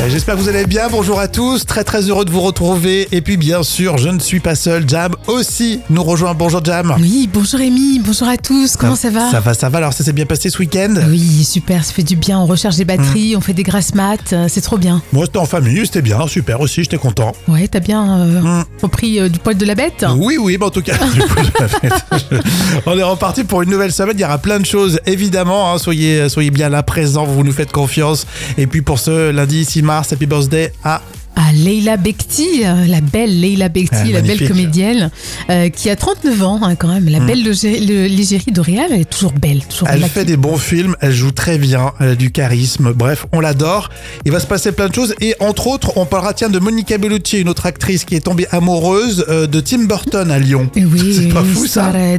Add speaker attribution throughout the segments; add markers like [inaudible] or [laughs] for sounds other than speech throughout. Speaker 1: Euh, J'espère que vous allez bien. Bonjour à tous. Très très heureux de vous retrouver. Et puis bien sûr, je ne suis pas seul. Jam aussi nous rejoint. Bonjour Jam.
Speaker 2: Oui, bonjour Rémi, bonjour à tous, comment ça, va
Speaker 1: Ah. Ça va, ça va. Alors ça s'est bien passé ce week-end
Speaker 2: Oui, super, ça fait du bien, on recherche des batteries,
Speaker 1: Hum.
Speaker 2: on fait des grasses maths, euh, c'est trop bien.
Speaker 1: Moi, c'était en famille. C'était bien. Super aussi. J'étais content.
Speaker 2: Ouais, t'as bien euh,
Speaker 1: Mm.
Speaker 2: repris euh, du poil de la bête
Speaker 1: Oui, oui, mais en tout cas, [laughs] du coup, je l'avais- je- [laughs] on est reparti pour une nouvelle semaine. Il y aura plein de choses, évidemment. hein. soyez, soyez bien là, présents, vous nous faites confiance. Et puis pour ce lundi 6 mars, happy birthday à.
Speaker 2: Ah, Leila Bekti, euh, la belle Leila Bekti,
Speaker 1: Ah,
Speaker 2: la
Speaker 1: magnifique. Hum.
Speaker 2: belle comédienne, euh, qui a 39 ans hein, quand même, la belle légé- le- légérie d'Oréal, elle est toujours belle, toujours
Speaker 1: Elle
Speaker 2: maquillée.
Speaker 1: fait des bons films, elle joue très bien, elle a du charisme. Bref, on l'adore. Il va se passer plein de choses. Et entre autres, on parlera tiens, de Monica Bellucci, une autre actrice qui est tombée amoureuse euh, de Tim Burton à Lyon.
Speaker 2: Eh Oui,
Speaker 1: C'est pas fou ça.
Speaker 2: histoire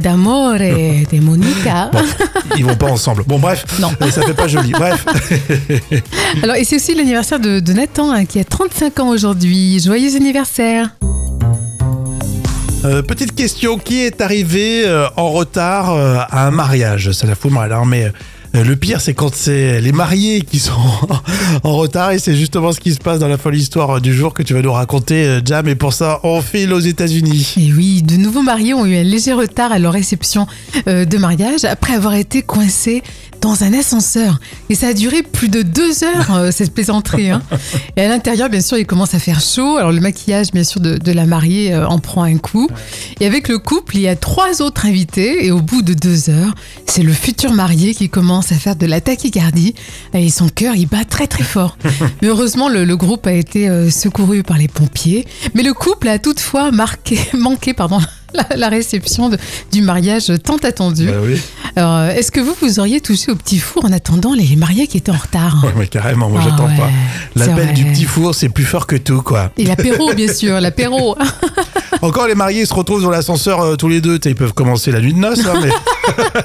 Speaker 1: [laughs]
Speaker 2: d'amore de Monica.
Speaker 1: Bon, ils vont pas ensemble. Bon, bref,
Speaker 2: Non.
Speaker 1: euh, ça fait pas joli. Bref,
Speaker 2: Alors, et c'est aussi l'anniversaire de, de Nathan, hein, qui a 35 ans aujourd'hui. Joyeux anniversaire
Speaker 1: Euh, petite question, qui est arrivé euh, en retard euh, à un mariage Ça la fout mal, hein, mais euh, le pire, c'est quand c'est les mariés qui sont [laughs] en retard et c'est justement ce qui se passe dans la folle histoire euh, du jour que tu vas nous raconter, euh, Jam. Et pour ça, on file aux États-Unis.
Speaker 2: Et oui, de nouveaux mariés ont eu un léger retard à leur réception euh, de mariage après avoir été coincés dans un ascenseur. Et ça a duré plus de deux heures, euh, cette plaisanterie. hein. Et à l'intérieur, bien sûr, il commence à faire chaud. Alors le maquillage, bien sûr, de, de la mariée euh, en prend un coup. Et avec le couple, il y a trois autres invités. Et au bout de deux heures, c'est le futur marié qui commence à faire de la tachycardie. Et son cœur, il bat très
Speaker 1: [laughs]
Speaker 2: très fort. Mais heureusement, le, le groupe a été euh, secouru par les pompiers. Mais le couple a toutefois marqué, [laughs] manqué pardon, la, la réception de- du mariage tant attendu.
Speaker 1: Bah oui, [laughs]
Speaker 2: Alors, euh, est-ce que vous, vous auriez touché au petit four en attendant les mariés qui étaient
Speaker 1: [laughs]
Speaker 2: en retard
Speaker 1: ouais, mais carrément, moi
Speaker 2: Ah
Speaker 1: Oh, j'attends
Speaker 2: ouais,
Speaker 1: pas.
Speaker 2: c'est
Speaker 1: L'appel
Speaker 2: vrai.
Speaker 1: du petit four, c'est plus fort que tout, quoi.
Speaker 2: Et l'apéro, bien
Speaker 1: [laughs]
Speaker 2: sûr, l'apéro.
Speaker 1: Encore les mariés ils se retrouvent dans l'ascenseur euh, tous les deux. T'sais, Ils peuvent commencer la nuit de noces, hein,
Speaker 2: [laughs]
Speaker 1: mais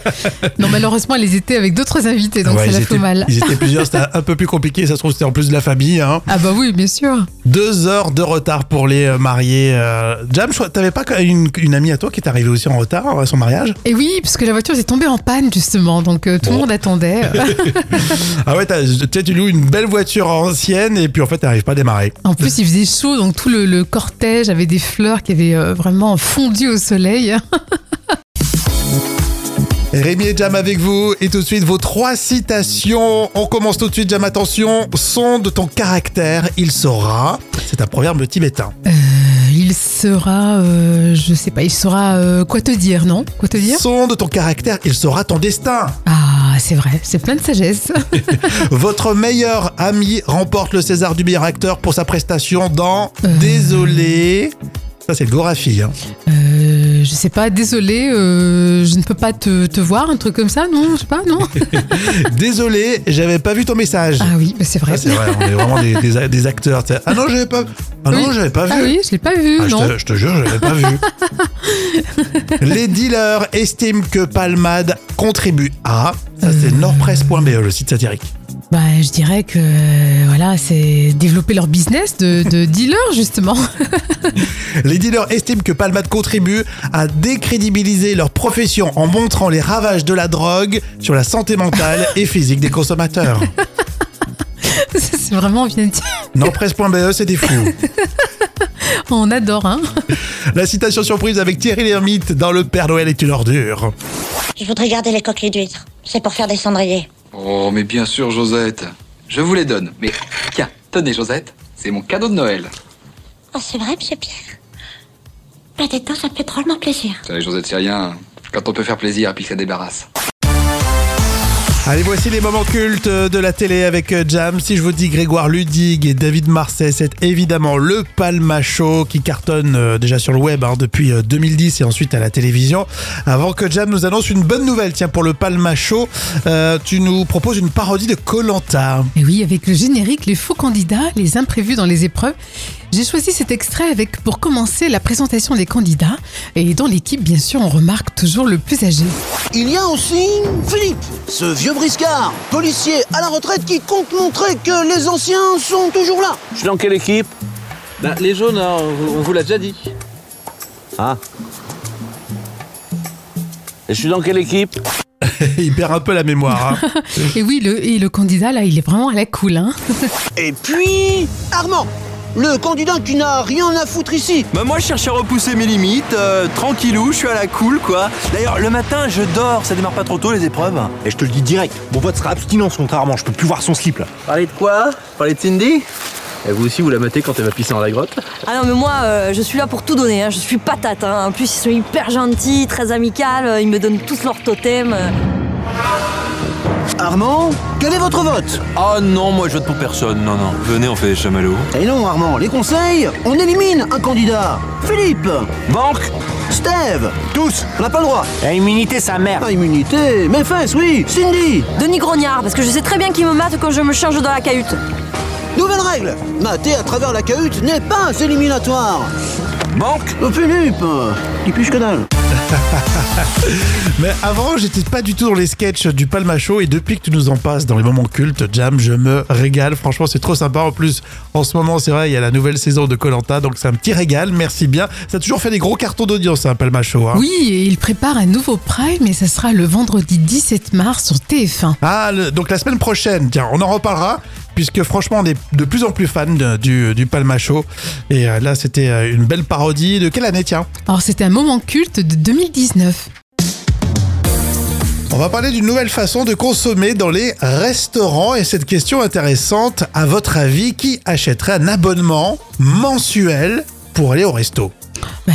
Speaker 2: Non, malheureusement, elles étaient avec d'autres invités, donc
Speaker 1: Ouais,
Speaker 2: ça
Speaker 1: ils,
Speaker 2: la
Speaker 1: étaient,
Speaker 2: fait mal.
Speaker 1: ils étaient plusieurs, c'était un peu plus compliqué. Ça se trouve, c'était en plus de la famille. Hein.
Speaker 2: Ah bah oui, bien sûr.
Speaker 1: Deux heures de retard pour les euh, mariés. euh. Jam, je crois- t'avais pas une, une amie à toi qui est arrivée aussi en retard euh, à son mariage
Speaker 2: Et oui, parce que la voiture est tombée en panne, justement, donc euh, tout le
Speaker 1: Bon.
Speaker 2: monde
Speaker 1: [laughs]
Speaker 2: attendait.
Speaker 1: Ah ouais, t'as- tu sais, tu loues une belle voiture ancienne et puis en fait, t'arrives pas à démarrer.
Speaker 2: En plus, il faisait chaud, donc tout le, le cortège avait des fleurs qui avaient euh, vraiment fondu au soleil.
Speaker 1: Rémi et Jam avec vous et tout de suite vos trois citations. On commence tout de suite, Jam, attention. Son de ton caractère, il saura. C'est un proverbe tibétain.
Speaker 2: Il sera, euh, je sais pas, il saura euh, quoi te dire, non Quoi te dire
Speaker 1: Son de ton caractère, il saura ton
Speaker 2: [laughs]
Speaker 1: destin.
Speaker 2: Ah, c'est vrai, c'est plein de sagesse.
Speaker 1: Votre meilleur ami remporte le César du meilleur acteur pour sa prestation dans Désolé. Ça, c'est le Gorafi.
Speaker 2: [laughs]
Speaker 1: Hein.
Speaker 2: Euh, je sais pas, désolé, euh, je ne peux pas te, te voir, un truc comme ça, non Je sais pas,
Speaker 1: [laughs]
Speaker 2: non
Speaker 1: Désolé, j'avais pas vu ton message.
Speaker 2: Ah oui, bah c'est vrai.
Speaker 1: Ah, c'est vrai, on est vraiment des, des- des acteurs. tu sais. Ah non, j'avais pas, ah non,
Speaker 2: Oui.
Speaker 1: j'avais pas vu.
Speaker 2: Ah oui, je l'ai pas vu,
Speaker 1: Ah, je,
Speaker 2: non
Speaker 1: te, je te jure, j'avais pas vu. Les dealers estiment que Palmade contribue à. Ça, c'est nordpresse.be, e, le site satirique.
Speaker 2: Bah, je dirais que euh, voilà, c'est développer leur business de, de dealer justement.
Speaker 1: Les dealers estiment que Palmade contribue à décrédibiliser leur profession en montrant les ravages de la drogue sur la santé mentale et physique des consommateurs.
Speaker 2: [laughs] c'est vraiment bien dit.
Speaker 1: Nordpresse.be, e, c'est des fous.
Speaker 2: On adore, hein
Speaker 1: La citation surprise avec Thierry Lhermitte dans Le Père Noël est une ordure.
Speaker 3: Je voudrais garder les coquilles d'huîtres. C'est pour faire des cendriers.
Speaker 4: Oh, mais bien sûr, Josette. Je vous les donne. Mais tiens, tenez, Josette. C'est mon cadeau de Noël.
Speaker 3: Oh, c'est vrai, monsieur Pierre. La détente, ça me fait drôlement plaisir.
Speaker 4: Vous savez, Josette, c'est rien. Quand on peut faire plaisir et puis que ça débarrasse.
Speaker 1: Allez, voici les moments cultes de la télé avec euh, Jam. Si je vous dis Grégoire Ludig et David Marseille, c'est évidemment le Palma Show qui cartonne euh, déjà sur le web hein, depuis euh, 2010 et ensuite à la télévision. Avant que Jam nous annonce une bonne nouvelle, tiens, pour le Palma Show, euh, tu nous proposes une parodie de Colanta. [laughs]
Speaker 2: Et oui, avec le générique, les faux candidats, les imprévus dans les épreuves. J'ai choisi cet extrait avec, pour commencer, la présentation des candidats. Et dans l'équipe, bien sûr, on remarque toujours le plus âgé.
Speaker 5: Il y a aussi Philippe, ce vieux briscard, policier à la retraite qui compte montrer que les anciens sont toujours là.
Speaker 6: Je suis dans quelle équipe
Speaker 7: Ben, les jaunes, hein, on vous- on vous l'a déjà dit.
Speaker 6: Ah. Et je suis dans quelle équipe
Speaker 1: il perd un peu la mémoire. hein.
Speaker 2: Et oui, le, et le candidat, là, il est vraiment à la cool. Hein.
Speaker 5: Et puis, Armand, le candidat qui n'a rien à foutre ici.
Speaker 6: Bah moi je cherche à repousser mes limites, euh, tranquillou, je suis à la cool quoi. D'ailleurs le matin je dors, ça démarre pas trop tôt les épreuves.
Speaker 8: Et je te le dis direct, mon vote sera abstinence contre Armand, je peux plus voir son slip là.
Speaker 7: Parlez de quoi Parlez de Cindy Et vous aussi, vous la matez quand elle va pisser dans la grotte
Speaker 9: Ah non, mais moi, euh, je suis là pour tout donner. hein. Je suis patate. hein. En plus, ils sont hyper gentils, très amicales. euh, Ils me donnent tous leur totem. euh.
Speaker 5: Armand, quel est votre vote
Speaker 6: Ah non, moi je vote pour personne, non non. Venez on fait des chamallows.
Speaker 5: Et Eh non, Armand, les conseils, on élimine un candidat. Philippe,
Speaker 8: Banque
Speaker 5: Steve, tous, on n'a pas le droit.
Speaker 8: La immunité sa mère
Speaker 5: Pas immunité, mes fesses, oui, Cindy.
Speaker 9: Denis Grognard, parce que je sais très bien qu'ils me matent quand je me change dans la cahute.
Speaker 5: Nouvelle règle, mater à travers la cahute n'est pas éliminatoire.
Speaker 8: Banque
Speaker 5: Oh, Philippe, euh, dis plus que dalle.
Speaker 1: Mais avant, j'étais pas du tout dans les sketchs du Palmacho et depuis que tu nous en passes dans les moments cultes, Jam, je me régale. Franchement, c'est trop sympa. En plus, en ce moment, c'est vrai, il y a la nouvelle saison de Colanta, donc c'est un petit régal. Merci bien. Ça a toujours fait des gros cartons d'audience, hein, Palmacho. hein.
Speaker 2: Oui, et il prépare un nouveau prime et ça sera le vendredi 17 mars sur TF1.
Speaker 1: Ah, le- donc la semaine prochaine, tiens, on en reparlera, puisque franchement, on est de plus en plus fan de- du, du Palma Show. Et euh, là, c'était euh, une belle parodie. De quelle année, tiens
Speaker 2: Alors, c'est un moment culte de 2019.
Speaker 1: On va parler d'une nouvelle façon de consommer dans les restaurants. Et cette question intéressante, à votre avis, qui achèterait un abonnement mensuel pour aller au resto
Speaker 2: Euh,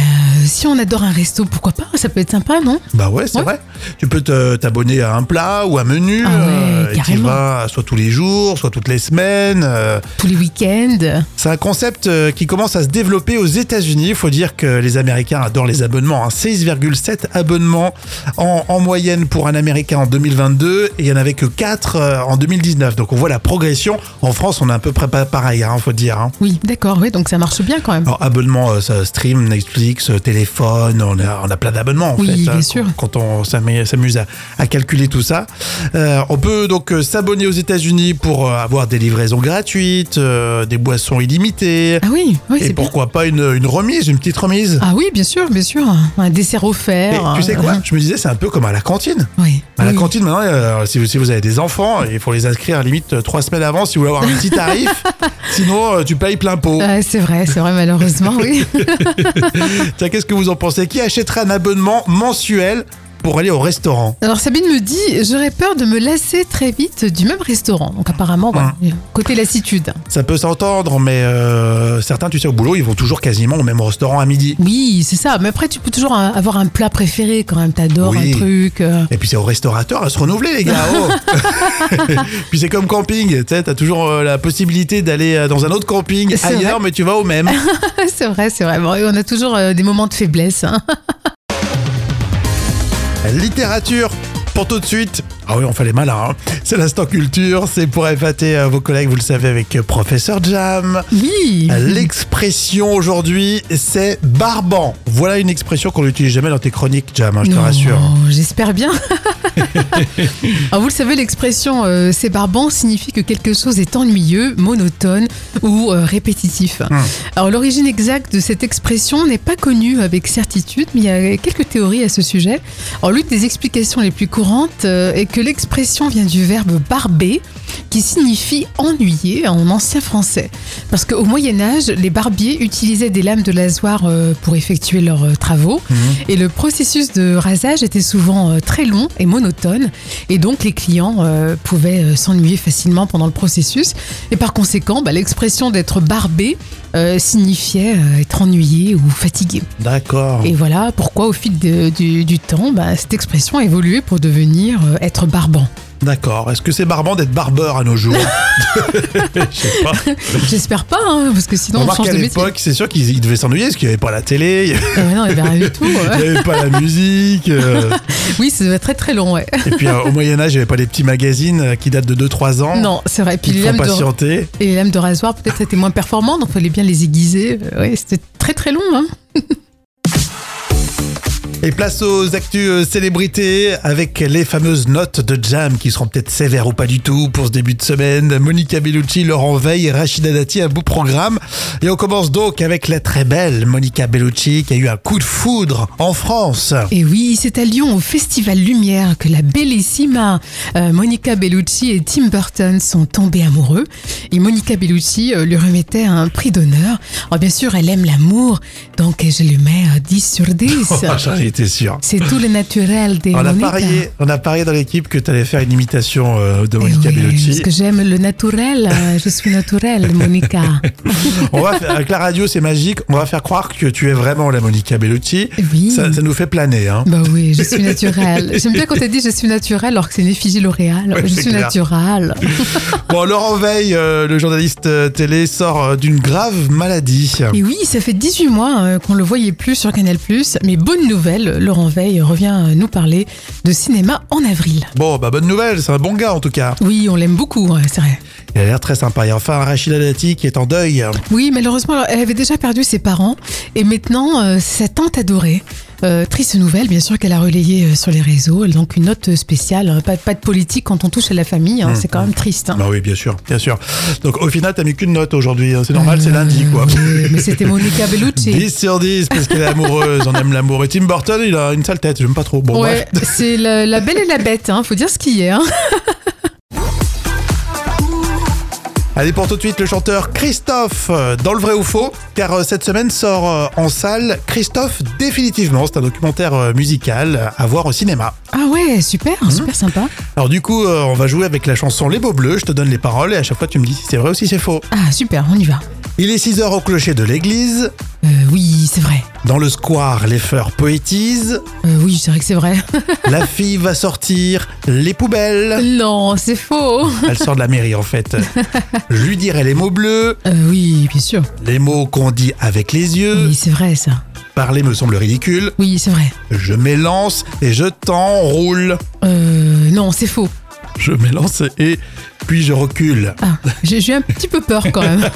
Speaker 2: si on adore un resto, pourquoi pas Ça peut être sympa, non
Speaker 1: Bah ouais, c'est
Speaker 2: Ouais.
Speaker 1: vrai. Tu peux te- t'abonner à un plat ou un menu.
Speaker 2: Ah ouais,
Speaker 1: euh, et tu
Speaker 2: carrément.
Speaker 1: vas soit tous les jours, soit toutes les semaines. euh,
Speaker 2: Tous les week-ends.
Speaker 1: C'est un concept euh, qui commence à se développer aux États-Unis. Il faut dire que les Américains adorent les abonnements. hein. 6,7 abonnements en, en moyenne pour un Américain en 2022 et il n'y en avait que 4 euh, en 2019. Donc on voit la progression. En France, on est à peu près pas pareil, il faut dire. hein.
Speaker 2: Oui, d'accord, oui, donc ça marche bien quand même.
Speaker 1: Alors, abonnement, euh, ça, stream, Netflix, euh, téléphone, on a, on a plein d'abonnements en
Speaker 2: Oui,
Speaker 1: fait.
Speaker 2: bien
Speaker 1: quand-
Speaker 2: sûr.
Speaker 1: Quand on s'amuse s'amuse à, à calculer tout ça. Euh, on peut donc euh, s'abonner aux États-Unis pour euh, avoir des livraisons gratuites, euh, des boissons illimitées,
Speaker 2: Ah oui, oui,
Speaker 1: et
Speaker 2: c'est bien.
Speaker 1: pourquoi pas une, une remise, une petite remise
Speaker 2: Ah oui, bien sûr, bien sûr. Un dessert
Speaker 1: Et
Speaker 2: offert.
Speaker 1: tu sais
Speaker 2: euh,
Speaker 1: quoi Je me disais, c'est un peu comme à la cantine.
Speaker 2: Oui.
Speaker 1: À la
Speaker 2: oui.
Speaker 1: cantine, maintenant, euh, si, vous, si vous avez des enfants, il faut les inscrire à la limite euh, trois semaines avant si vous voulez avoir un petit
Speaker 2: [laughs]
Speaker 1: tarif. Sinon, euh, tu payes plein pot.
Speaker 2: Ah, c'est vrai, c'est vrai, malheureusement, oui. [laughs]
Speaker 1: Tiens, qu'est-ce que vous en pensez Qui achètera un abonnement mensuel pour aller au restaurant
Speaker 2: Alors Sabine me dit, j'aurais peur de me lasser très vite du même restaurant. Donc apparemment, voilà, côté lassitude.
Speaker 1: Ça peut s'entendre, mais euh, certains, tu sais, au boulot, ils vont toujours quasiment au même restaurant à midi.
Speaker 2: Oui, c'est ça. Mais après, tu peux toujours euh, avoir un plat préféré quand même. T'adores
Speaker 1: Oui.
Speaker 2: un truc. euh. [laughs]
Speaker 1: Et puis c'est au restaurateur à se renouveler, les gars. oh. puis c'est comme camping, tu sais, t'as toujours euh, la possibilité d'aller euh, dans un autre camping
Speaker 2: C'est
Speaker 1: ailleurs, mais tu vas au même.
Speaker 2: c'est vrai, c'est vrai. Bon, et on a toujours euh, des moments de
Speaker 1: [laughs]
Speaker 2: faiblesse. hein.
Speaker 1: Littérature pour tout de suite. Ah oui, on fait les malins. hein. C'est l'instant culture, c'est pour épater euh, vos collègues, vous le savez, avec euh, Professeur
Speaker 2: [laughs]
Speaker 1: Jam.
Speaker 2: Oui.
Speaker 1: L'expression aujourd'hui, c'est barbant. Voilà une expression qu'on n'utilise jamais dans tes chroniques, Jam, hein, je te
Speaker 2: Non,
Speaker 1: rassure.
Speaker 2: J'espère
Speaker 1: [laughs]
Speaker 2: bien. Alors, vous le savez, l'expression euh, c'est barbant signifie que quelque chose est ennuyeux, monotone ou euh, répétitif.
Speaker 1: Hum.
Speaker 2: Alors l'origine exacte de cette expression n'est pas connue avec certitude, mais il y a quelques théories à ce sujet. Alors l'une des explications les plus courantes euh, est que l'expression vient du verbe barber qui signifie ennuyer en ancien français. Parce qu'au Moyen Âge, les barbiers utilisaient des lames de lasoir euh, pour effectuer leurs euh, travaux. Et le processus de rasage était souvent euh, très long et monotone. Et donc, les clients euh, pouvaient euh, s'ennuyer facilement pendant le processus. Et par conséquent, bah, l'expression d'être barbé euh, signifiait euh, être ennuyé ou fatigué.
Speaker 1: D'accord.
Speaker 2: Et voilà pourquoi, au fil de- du, du temps, bah, cette expression a évolué pour devenir euh, être barbant.
Speaker 1: D'accord. Est-ce que c'est barbant d'être barbeur à nos
Speaker 2: [laughs]
Speaker 1: jours [laughs] Je sais pas.
Speaker 2: J'espère pas, hein, parce que
Speaker 1: on
Speaker 2: sinon, on
Speaker 1: remarque
Speaker 2: change
Speaker 1: qu'à
Speaker 2: de métier.
Speaker 1: l'époque, c'est sûr qu'ils ils devaient s'ennuyer parce qu'il n'y avait pas la télé, il
Speaker 2: Ah ouais, non, il y avait rien du tout. ouais.
Speaker 1: n'y avait pas la musique.
Speaker 2: [laughs]
Speaker 1: euh,
Speaker 2: Oui, ça doit être très très long, ouais.
Speaker 1: Et puis euh, au Moyen-Âge, il n'y avait pas les petits magazines euh, qui datent de 2-3 ans.
Speaker 2: Non, c'est vrai. Puis
Speaker 1: Qui
Speaker 2: les
Speaker 1: te font
Speaker 2: lames, de,
Speaker 1: patienter.
Speaker 2: et les lames de rasoir peut-être étaient moins performantes, donc il fallait bien les aiguiser. Euh, Ouais, c'était très très long. Hein.
Speaker 1: Et place aux actus euh, célébrités avec les fameuses notes de Jam qui seront peut-être sévères ou pas du tout pour ce début de semaine. Monica Bellucci, Laurent Veil et Rachida Dati à bout programme. Et on commence donc avec la très belle Monica Bellucci qui a eu un coup de foudre en France.
Speaker 2: Et oui, c'est à Lyon, au Festival Lumière, que la bellissima euh, Monica Bellucci et Tim Burton sont tombés amoureux. Et Monica Bellucci euh, lui remettait un prix d'honneur. Alors bien sûr, elle aime l'amour, donc je lui mets euh, 10
Speaker 1: [laughs]
Speaker 2: sur 10.
Speaker 1: Ah, J'en étais sûr.
Speaker 2: c'est tout le naturel des
Speaker 1: On a,
Speaker 2: Monica.
Speaker 1: parié, on a parié dans l'équipe que tu allais faire une imitation euh, de
Speaker 2: Eh
Speaker 1: Monica
Speaker 2: oui,
Speaker 1: Bellucci.
Speaker 2: parce que j'aime le naturel, euh, je suis naturelle,
Speaker 1: [laughs]
Speaker 2: Monica.
Speaker 1: On va faire- avec la radio, c'est magique. On va faire croire que tu es vraiment la Monica Bellucci.
Speaker 2: Oui.
Speaker 1: Ça, ça nous fait planer. Hein.
Speaker 2: Bah oui, je suis naturelle. J'aime bien quand t'as dit je suis naturelle alors que c'est une effigie L'Oréal.
Speaker 1: Ouais,
Speaker 2: je
Speaker 1: c'est
Speaker 2: suis
Speaker 1: clair.
Speaker 2: naturelle.
Speaker 1: Bon, Laurent Veil, euh, le journaliste euh, télé, sort euh, d'une grave maladie.
Speaker 2: Et oui, ça fait 18 mois euh, qu'on le voyait plus sur Canal+. Mais bonne nouvelle, Laurent Veil revient euh, nous parler de cinéma en avril.
Speaker 1: Bon, bah bonne nouvelle, c'est un bon gars en tout cas.
Speaker 2: Oui, on l'aime beaucoup, ouais, c'est vrai.
Speaker 1: Il a l'air très sympa. Et enfin, Rachida Dati qui est en deuil.
Speaker 2: Oui, malheureusement, alors, elle avait déjà perdu ses parents et maintenant euh, c'est sa tante adorée. Euh, triste nouvelle, bien sûr, qu'elle a relayée euh, sur les réseaux. Elle a Donc une note spéciale, hein. pas, pas de politique quand on touche à la famille, hein. c'est quand même triste. hein.
Speaker 1: Hum, Bah oui, bien sûr, bien sûr. Donc au final, t'as mis qu'une note aujourd'hui. hein. C'est normal, c'est lundi quoi.
Speaker 2: Euh, mais c'était Monica Bellucci.
Speaker 1: 10 sur 10 parce qu'elle est amoureuse, on aime l'amour. Et Tim Burton, il a une sale tête, j'aime pas trop. Bon,
Speaker 2: Ouais,
Speaker 1: bref.
Speaker 2: c'est la, la belle et la bête, hein, faut dire ce qu'il y a. hein.
Speaker 1: Allez pour tout de suite le chanteur Christophe euh, dans le vrai ou faux, car euh, cette semaine sort euh, en salle Christophe définitivement. C'est un documentaire euh, musical euh, à voir au cinéma.
Speaker 2: Ah ouais, super, super sympa.
Speaker 1: Alors du coup, euh, on va jouer avec la chanson Les Beaux Bleus. Je te donne les paroles et à chaque fois tu me dis si c'est vrai ou si c'est faux.
Speaker 2: Ah super, on y va.
Speaker 1: Il est 6 heures au clocher de l'église.
Speaker 2: Euh, oui, c'est vrai.
Speaker 1: Dans le square, les fleurs poétisent.
Speaker 2: Euh, oui, c'est vrai que c'est vrai.
Speaker 1: La fille va sortir les poubelles.
Speaker 2: [laughs] non, c'est faux.
Speaker 1: Elle sort de la mairie en fait. Je lui dirai les mots bleus,
Speaker 2: Euh, oui, bien sûr.
Speaker 1: les mots qu'on dit avec les yeux.
Speaker 2: Oui, c'est vrai ça.
Speaker 1: Parler me semble ridicule.
Speaker 2: Oui, c'est vrai.
Speaker 1: Je m'élance et je t'enroule.
Speaker 2: Euh, non, c'est faux.
Speaker 1: Je m'élance et puis je recule.
Speaker 2: Ah, j'ai j'ai eu un petit peu peur quand [laughs] même.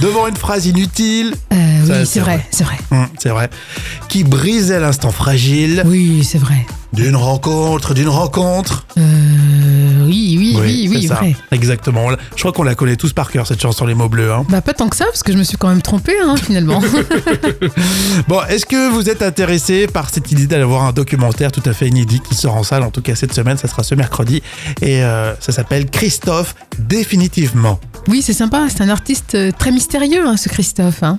Speaker 1: Devant une phrase inutile, Ça,
Speaker 2: Euh, oui,
Speaker 1: c'est
Speaker 2: c'est vrai, c'est vrai.
Speaker 1: hum, c'est vrai, qui brisait l'instant fragile
Speaker 2: Oui, c'est vrai.
Speaker 1: d'une rencontre, d'une rencontre.
Speaker 2: Euh, oui, oui, oui,
Speaker 1: c'est
Speaker 2: oui,
Speaker 1: ça.
Speaker 2: vrai.
Speaker 1: Exactement. Je crois qu'on la connaît tous par cœur, cette chanson Les mots bleus. hein.
Speaker 2: Bah pas tant que ça, parce que je me suis quand même trompée, hein, [laughs] finalement.
Speaker 1: Bon, est-ce que vous êtes intéressé par cette idée d'avoir un documentaire tout à fait inédit qui sort en salle, en tout cas cette semaine, ça sera ce mercredi, et euh, ça s'appelle Christophe définitivement.
Speaker 2: oui, c'est sympa, c'est un artiste euh, très mystérieux, hein, ce Christophe. hein.